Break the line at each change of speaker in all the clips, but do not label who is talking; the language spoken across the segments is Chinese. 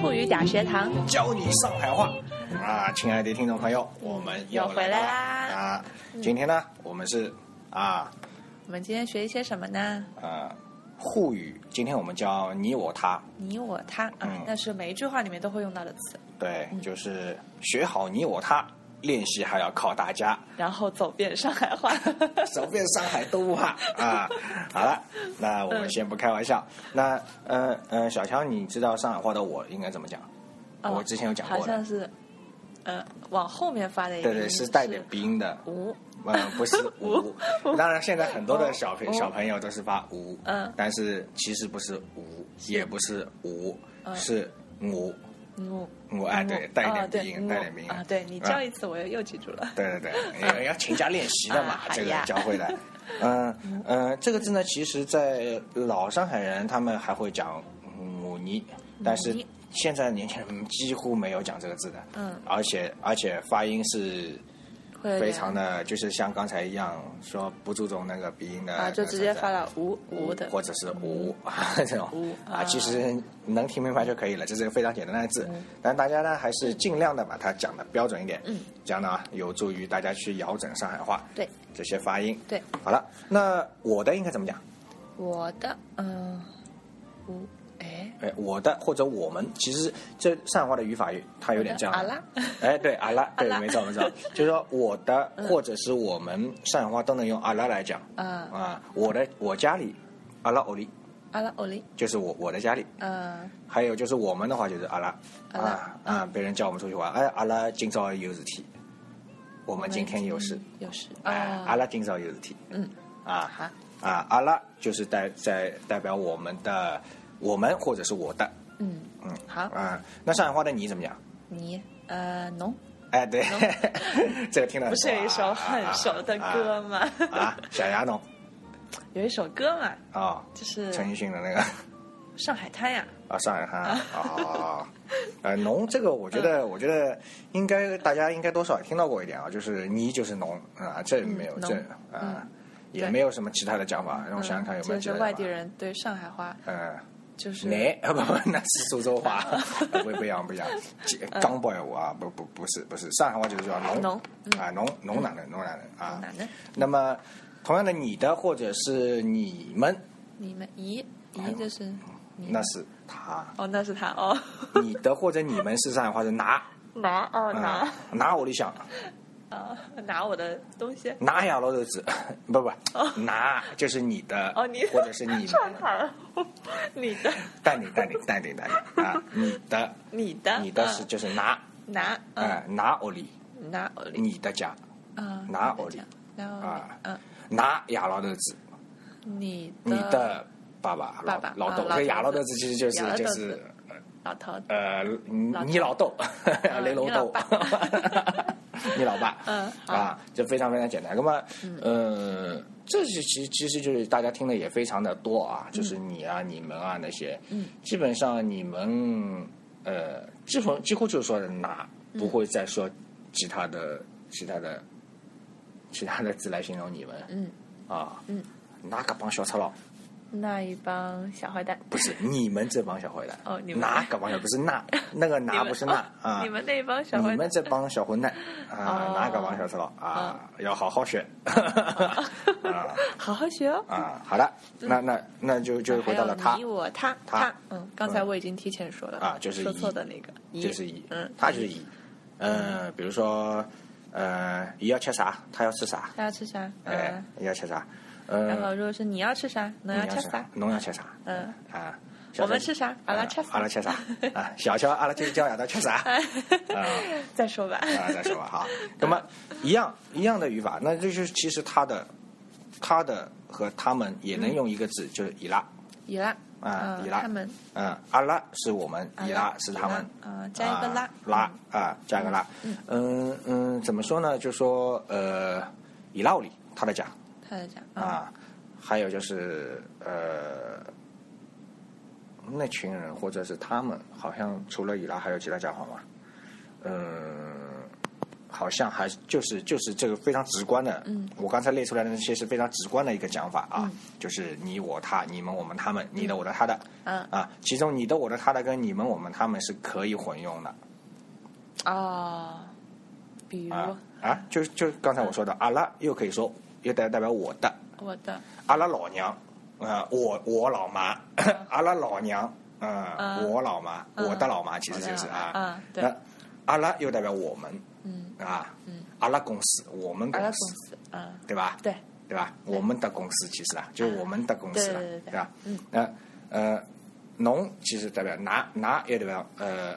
沪语讲学堂，
教你上海话啊！亲爱的听众朋友，我们
又回来啦！嗯
啊，今天呢，我们是啊
我们今天学一些什么呢？
呃沪语，今天我们教你我他，
你我他啊
嗯，
那是每一句话里面都会用到的词。
对，
嗯
就是学好你我他，练习还要靠大家，
然后走遍上海话，
走遍上海都不怕 啊！好了，那我们先不开玩笑。那呃呃，小乔，你知道上海话的我应该怎么讲？
哦
我之前有讲
好
过的
像，是，呃，往后面发的一个
对
音，
对，是带点鼻音的。
无，
嗯，不 是
无
无，当然现在很多的小朋
哦
小朋友都是发无，
嗯
但是其实不是无，也不是无，
嗯
是我
嗯，
我哎对，带一
哦
点
对
鼻音，
嗯
带点鼻音
啊，对你教一次，我又又记住了。
对 对对，也要勤加练习的嘛
啊，
这个
哎呀
教 会的。嗯嗯，这个字呢，其实，在老上海人他们还会讲母尼，但是
母尼
现在年轻人几乎没有讲这个字的。
嗯，
而且而且发音是
会有
非
点
常的，就是像刚才一样说不注重那个鼻音的
啊，就直接发
了
了无无的，嗯
或者是无这种
无
啊，
啊
其实能听明白就可以了，这是个非常简单的字
嗯。
但大家呢，还是尽量的把它讲的标准一点，
嗯，
这样呢有助于大家去调整上海话
对
这些发音。
对，
好了，那我的应该怎么讲？
我的嗯无哎
哎，我的或者我们，其实这上海话的语法它有点这样的。
阿拉
哎，对，阿拉，对
阿，拉嗯
没错 没错，就是说我的或者是我们上海话都能用阿拉来讲
啊
啊。我的我家里，阿拉欧里，
阿拉欧里
就是我我的家里。
嗯
还有就是我们的话就是阿拉
阿拉
啊啊，别人叫我们出去玩，哎，阿拉今朝有事体，我们今天有事，
有事
哎，阿
啊
拉今朝有事体
嗯
啊
好
啊，阿拉就是代在代表我们的我们或者是我的，
嗯
嗯
好
啊，那上海话的你怎么讲？
你呃侬
哎，对， 这个听了
哦不
很
是
熟啊
有一首很熟的歌吗？
啊啊，小丫头
有一首歌嘛，
啊，
就是
陈奕迅的那个
上海滩呀，
啊，上海滩啊，啊，呃，农这个我觉
嗯
得，我觉得应该大家应该多少也听到过一点啊，就是泥就是农啊，这没有
嗯
这
农
啊
嗯，
也
对
没有什么其他的讲法，让我
嗯
想想看有没有
这
其他
是
的
外地
讲法，
人对上海话
嗯。
就是嗯
奶啊不不，那是苏州话，呃 不不一样不 一样，江北话啊不不不是不是，上海话就是叫农
农嗯
啊农农哪人农哪人啊
哪。呢？
那么同样的，你的或者是你们，
你们咦
哎
咦就是你
那是他，
哦那是他哦
你的或者你们是上海话是拿
拿哦
啊 拿我里向
啊拿我的东西
拿亚老头子， 不不拿就是你的
哦你
或者是 你
串
的，
台儿你的
带你带你带你带你啊，你的
你的
你的
嗯
是就是拿
拿嗯
哎拿我里
拿欧里
你的家。
啊
拿欧里
拿欧里
啊
嗯
拿亚老头子，
你
你的爸爸
嗯爸
老
爸
老
啊
豆，
老
所以亚
豆
老头子其实就是
亚老
就
豆
是
子老头
呃
老嗯
你老豆 啊雷
你
楼
老
豆
爸，
你老爸
嗯好嗯
啊，就非常非常简单。那么呃，这是其实其实就是大家听的也非常的多啊，就是你啊、你们啊那些，
嗯
基本上你们呃，几乎几乎就是说拿，
嗯
不会再说其他的其他的其他的字来形容你们
嗯
啊，
嗯，
哪个帮小赤佬？
那一帮小坏蛋
不是你们这帮小坏蛋
哦你们
哪个帮小不是那那 个
你
拿
们
不是那
哦
啊，
你们那帮小
你
坏
们
蛋
这帮 小混蛋啊
哦，嗯
哪个帮小赤佬啊？要好好学啊
好好学哦。
啊！好了，那那那就就回到了
还
他
有你我他
他
嗯，刚才我已经提前说了
啊就是
说
一
错的那个，一
就是乙
嗯，，
他就是乙。呃，比如说，呃，乙要吃啥，他要吃啥，
他要吃啥？
哎
嗯，，
要吃啥，
然
呃，
后如果是你要吃啥，能
侬要
吃
吃
啥
啥？，侬要吃啥
嗯，
啊？
我们吃啥？阿拉吃
啥？阿拉
啥？
吃啥啊？小乔阿拉就是叫亚当 吃啥啊？
再说 吧。
啊，再说吧 哈。那么一样一样的语法，那这就是其实他的他的和他们也
嗯
能用一个字，就是伊拉，
伊拉
啊
嗯
伊拉
他们
嗯，阿拉是我们，伊拉是他们。
啊，加一个拉
啊拉啊，加一个拉，嗯嗯，怎么说呢？就说呃，伊拉里他的家
他在讲啊，
啊，还有就是呃，那群人或者是他们，好像除了伊拉还有其他家伙吗？嗯，好像还是就是就是这个非常直观的，
嗯，
我刚才列出来的那些是非常直观的一个讲法啊，
嗯
就是你我他，你们我们他们，你的我的他的
嗯
啊，其中你的我的他的跟你们我们他们是可以混用的
啊，比如
啊啊，就就刚才我说的阿拉又可以说又代代表我的
我的
阿拉老娘啊、呃我我老妈 阿拉老娘啊、呃
嗯
我老妈、
嗯
我的老妈其实就是
啊
啊，
啊对
那阿拉又代表我们
嗯，
啊，
嗯
阿拉公司我们
阿
公
拉
司
公司啊，
对吧？
对，
对吧？我们的公司其实啊，就是我们的公司了，
嗯对对对对
吧？
嗯，
那呃，侬其实代表拿拿也代表呃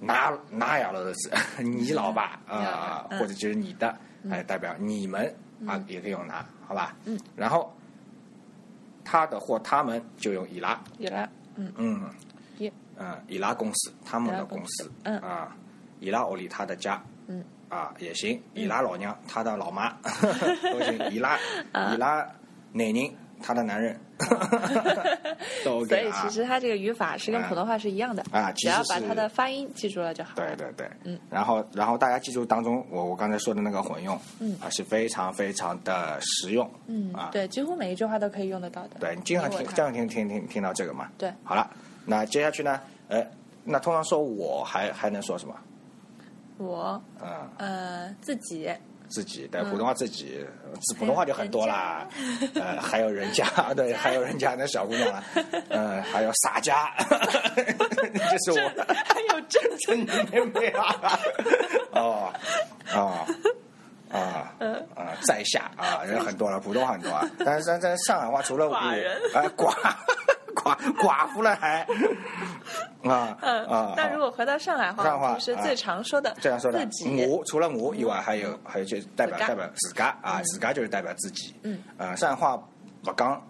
拿拿亚罗的字，你老爸啊、
嗯
或者就是你的，还代表你们、啊，也可以用拿，好吧？嗯，然后他的或他们就用伊拉，
伊拉，嗯，
嗯
也，
嗯，伊拉公司他们的公司，
伊拉公司嗯
啊，伊拉屋里他的家，
嗯
啊也行，伊拉老娘他的 老妈都行，伊拉
啊
伊拉男人他的男人
所
都 OK
以
啊
其，实它这个语法是跟普通话是一样的
啊其
只
实
要把
是
它的发音记住了就好。
啊对对对，
嗯，
然后然后大家记住当中我我刚才说的那个混用，
嗯
啊是非常非常的实用，
嗯
啊，
对，几乎每一句话都可以用得到的。
对你经常
你我
听
他
经常听听听听到这个嘛，
对，
好了，那接下去呢，呃，那通常说我还还能说什么？
我
嗯。
呃自己
自己对
嗯
普通话自己，呃自普通话就很多啦，呃， 还有 人家，对，还有人家那小姑娘啦，呃，还有洒家， 这是我
还有这
真的没有啊，哦，哦。啊
嗯
啊，在下啊，人很多了，普通话很多啊，但是但在上海话除了我，
寡人
哎，寡 寡寡妇了还啊
嗯
啊，，
但如果回到上海话，
上海话
就是
啊
最常说的，
这样说的
自，己嗯
我除了我以外，还有还有就是代表
自家
代表自家啊，自家就是代表自己。
嗯，
呃，上海话不讲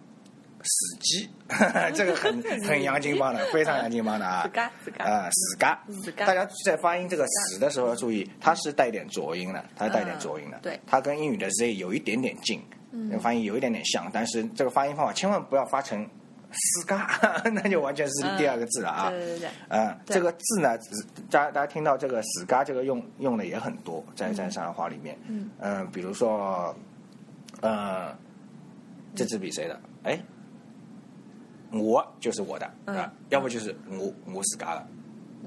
自己， 这个很很洋泾浜的，非常洋泾浜的啊。
自家自家
啊，自家
自家
大家在发音这个“死”的时候要注意，它是带点浊音的，它是带点浊音的。
嗯对
它跟英语的 “z” 有一点点近，嗯，发音有一点点像，但是这个发音方法千万不要发成“自家”， 那就完全是第二个字了啊。
嗯对对对，
嗯，
对
这个字呢，只大家大家听到这个“死嘎”这个用用的也很多，在在上海话里面，
嗯
呃比如说，呃，这支笔谁的？哎，我就是我的
嗯
啊，要不就是我我死嘎了，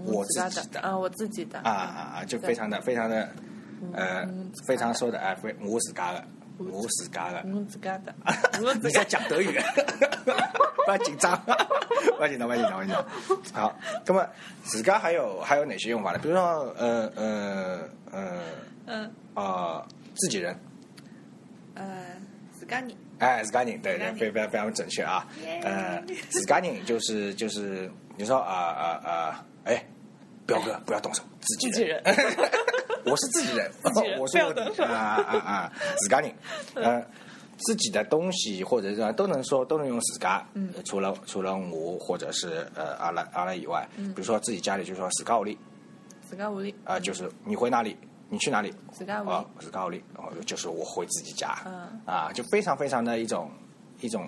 我自己
的
的
啊，我自己的
啊啊啊，就非常的非常的呃
嗯自家的嗯
非常说的哎，非我死嘎了，我死嘎了，
我自家的，
啊
我
你
自
在
家
讲德语，啊不要紧张， 不要紧张，不要紧张，不要紧张。好，那么自家还有还有哪些用法呢？比如说，呃呃呃
嗯
呃，自己人，
呃自家你
哎，自家人，对
自家
对，
人
非非常非常准确啊
耶。
呃，自家人就是就是，你说啊啊啊，哎，彪哥不要动手，自己
自
人，
己人，
我是自 己人，
己人
我是
不要嗯
我的
动手
啊啊啊，自家人， 呃，自己的东西或者是都能说都能用自家，嗯，除了除了我或者是呃阿拉阿拉以外，
嗯
比如说自己家里就说自家屋里
自家屋里
啊，就是你回哪里，你去哪里，
自嗯家屋里
啊，自家屋里，哦，就是我回自己家，
嗯
啊，就非常非常的一种一种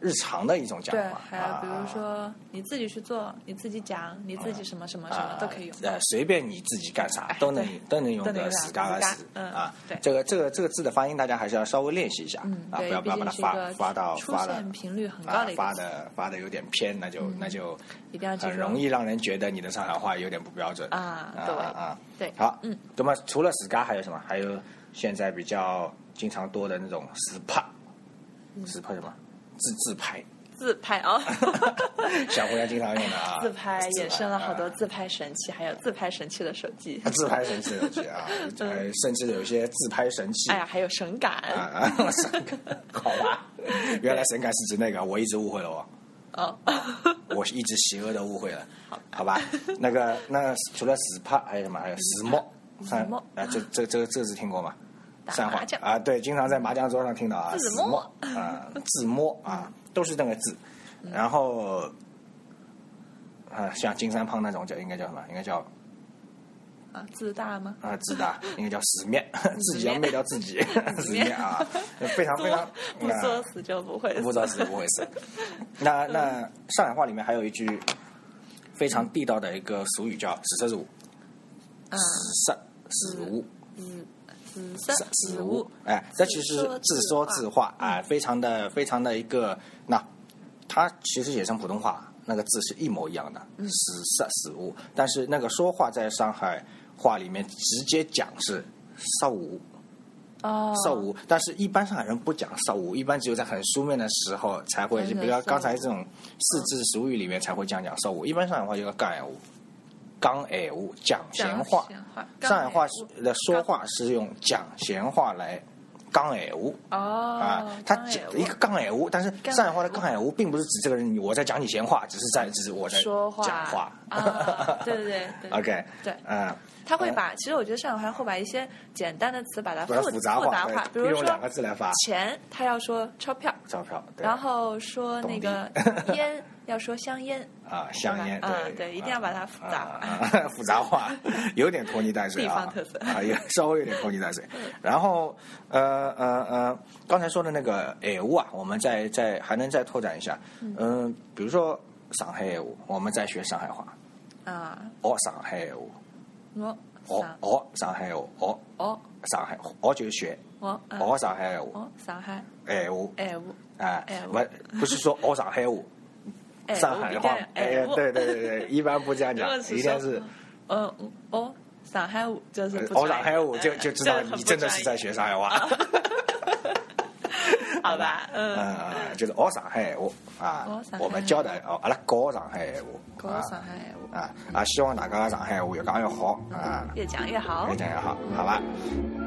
日常的一种讲
对，
法，
还有比
啊嗯
如说你自己去做，你自己讲，你自己什么什啊么什么都可以用。哎
呃，随便你自己干啥都能都能用
都能
的
用
死嘎嘎
死嘎
死
嗯
啊
对。
这个这个这个字的发音，大家还是要稍微练习一下
嗯，
啊，不
对
要，不
毕
要
竟
把它
是一
发
个
发到
出
发的
现频率很高
啊
的一
发
个词，嗯
的发的有点偏，那就那就
一定要记
很
住。
容易让人觉得你的上海话有点不标准
啊
啊
对
啊。
对，
好，
嗯，
那么除了死嘎还有什么？还有现在比较经常多的那种死拍，
嗯
死拍什么？自自拍，
自拍 啊，
小姑娘经常用的 啊。
自拍衍生了好
啊
多自拍神器，还有自拍神器的手机。
自拍神器手机 啊，呃，甚至有一些自拍神器。
嗯哎呀，还有神感
啊啊， 神感，好吧，原来神感是指那个，我一直误会了哦，
哦，
我一直邪恶的误会了，好吧，那个那除了哎 SPA 还有什么？还有 SMO，
石墨
啊，这这这这字听过吗？
打
上海
麻将
啊，对，经常在麻将桌上听到啊，
自
自摸
摸
啊，自 摸啊，都是那个字，
嗯
然后啊，像金三胖那种叫应该叫什么？应该叫
啊，自大吗？
啊，自大，应该叫死灭，自己要
灭
灭掉自己，死
灭
灭啊，非常非常
不
啊
作死就不会
不知
死。嗯
道是怎么回事。那那上海话里面还有一句非常地道的一个俗语叫“死色入
嗯，
死色死物
自自生
死
物
物，，哎，这其实是自说自话啊、哎非常的非常的一个，那它其实也跟普通话那个字是一模一样的，死死死物，但是那个说话在上海话里面直接讲是少无
哦，
少无，但是一般上海人不讲少无，一般只有在很书面的时候才会，
真
就
的
比如
少
说
无
刚才这种四字俗语里面才会这样讲少无，一般上海话就叫干哎无，刚哎无讲闲话，
闲话，
上海话
是
的说话是用讲闲话来刚哎无
哦
啊，他讲
讲
一个刚哎无，但是上海话的刚哎无并不是指这个人我在讲你闲话，只是在只是我在
说话
讲话。
啊，对对对对
OK，
对。
嗯，
他会把，其实我觉得上海话会把一些简单的词把它
把它
复
复杂
复
化
杂化，，比
对
如
用两个
说
字来发
钱，他要说钞票，
钞票，对啊
然后说那个 烟要说香烟，
啊香烟，
是吧啊
对
对一定要把它复杂化
啊啊复杂化， 有点拖泥带水啊，
地方特色嗯
啊，有稍微有点拖泥 带水。然后呃呃呃，刚才说的那个哎物啊，我们再再还能再拓展一下，嗯、比如说上海哎物，我们再学上海话，
啊，
学上海哎物，
我上
学学上海哎物，学
哦
上海学就是学，
我啊
学上海哎物，
哦上海
哎物
哎我
哎
哎，
不不是说学上海物。
哎
上
我
海话
一定要，
哎
哎，我
对对对对，一般不这样讲
如果，是
一
说
定是
哦哦上海舞就是不
偶
专
上
业
海舞就
哎
就知道
很
你
不
真的
专
是
业
在学上海话，
好吧嗯
嗯，就是学上海话啊
学上海，话
我们教的哦，阿拉教上海话，
搞
啊
上海舞
啊啊，希望大家上海话越讲越好啊，
越讲越好
越。讲越好，好吧。
好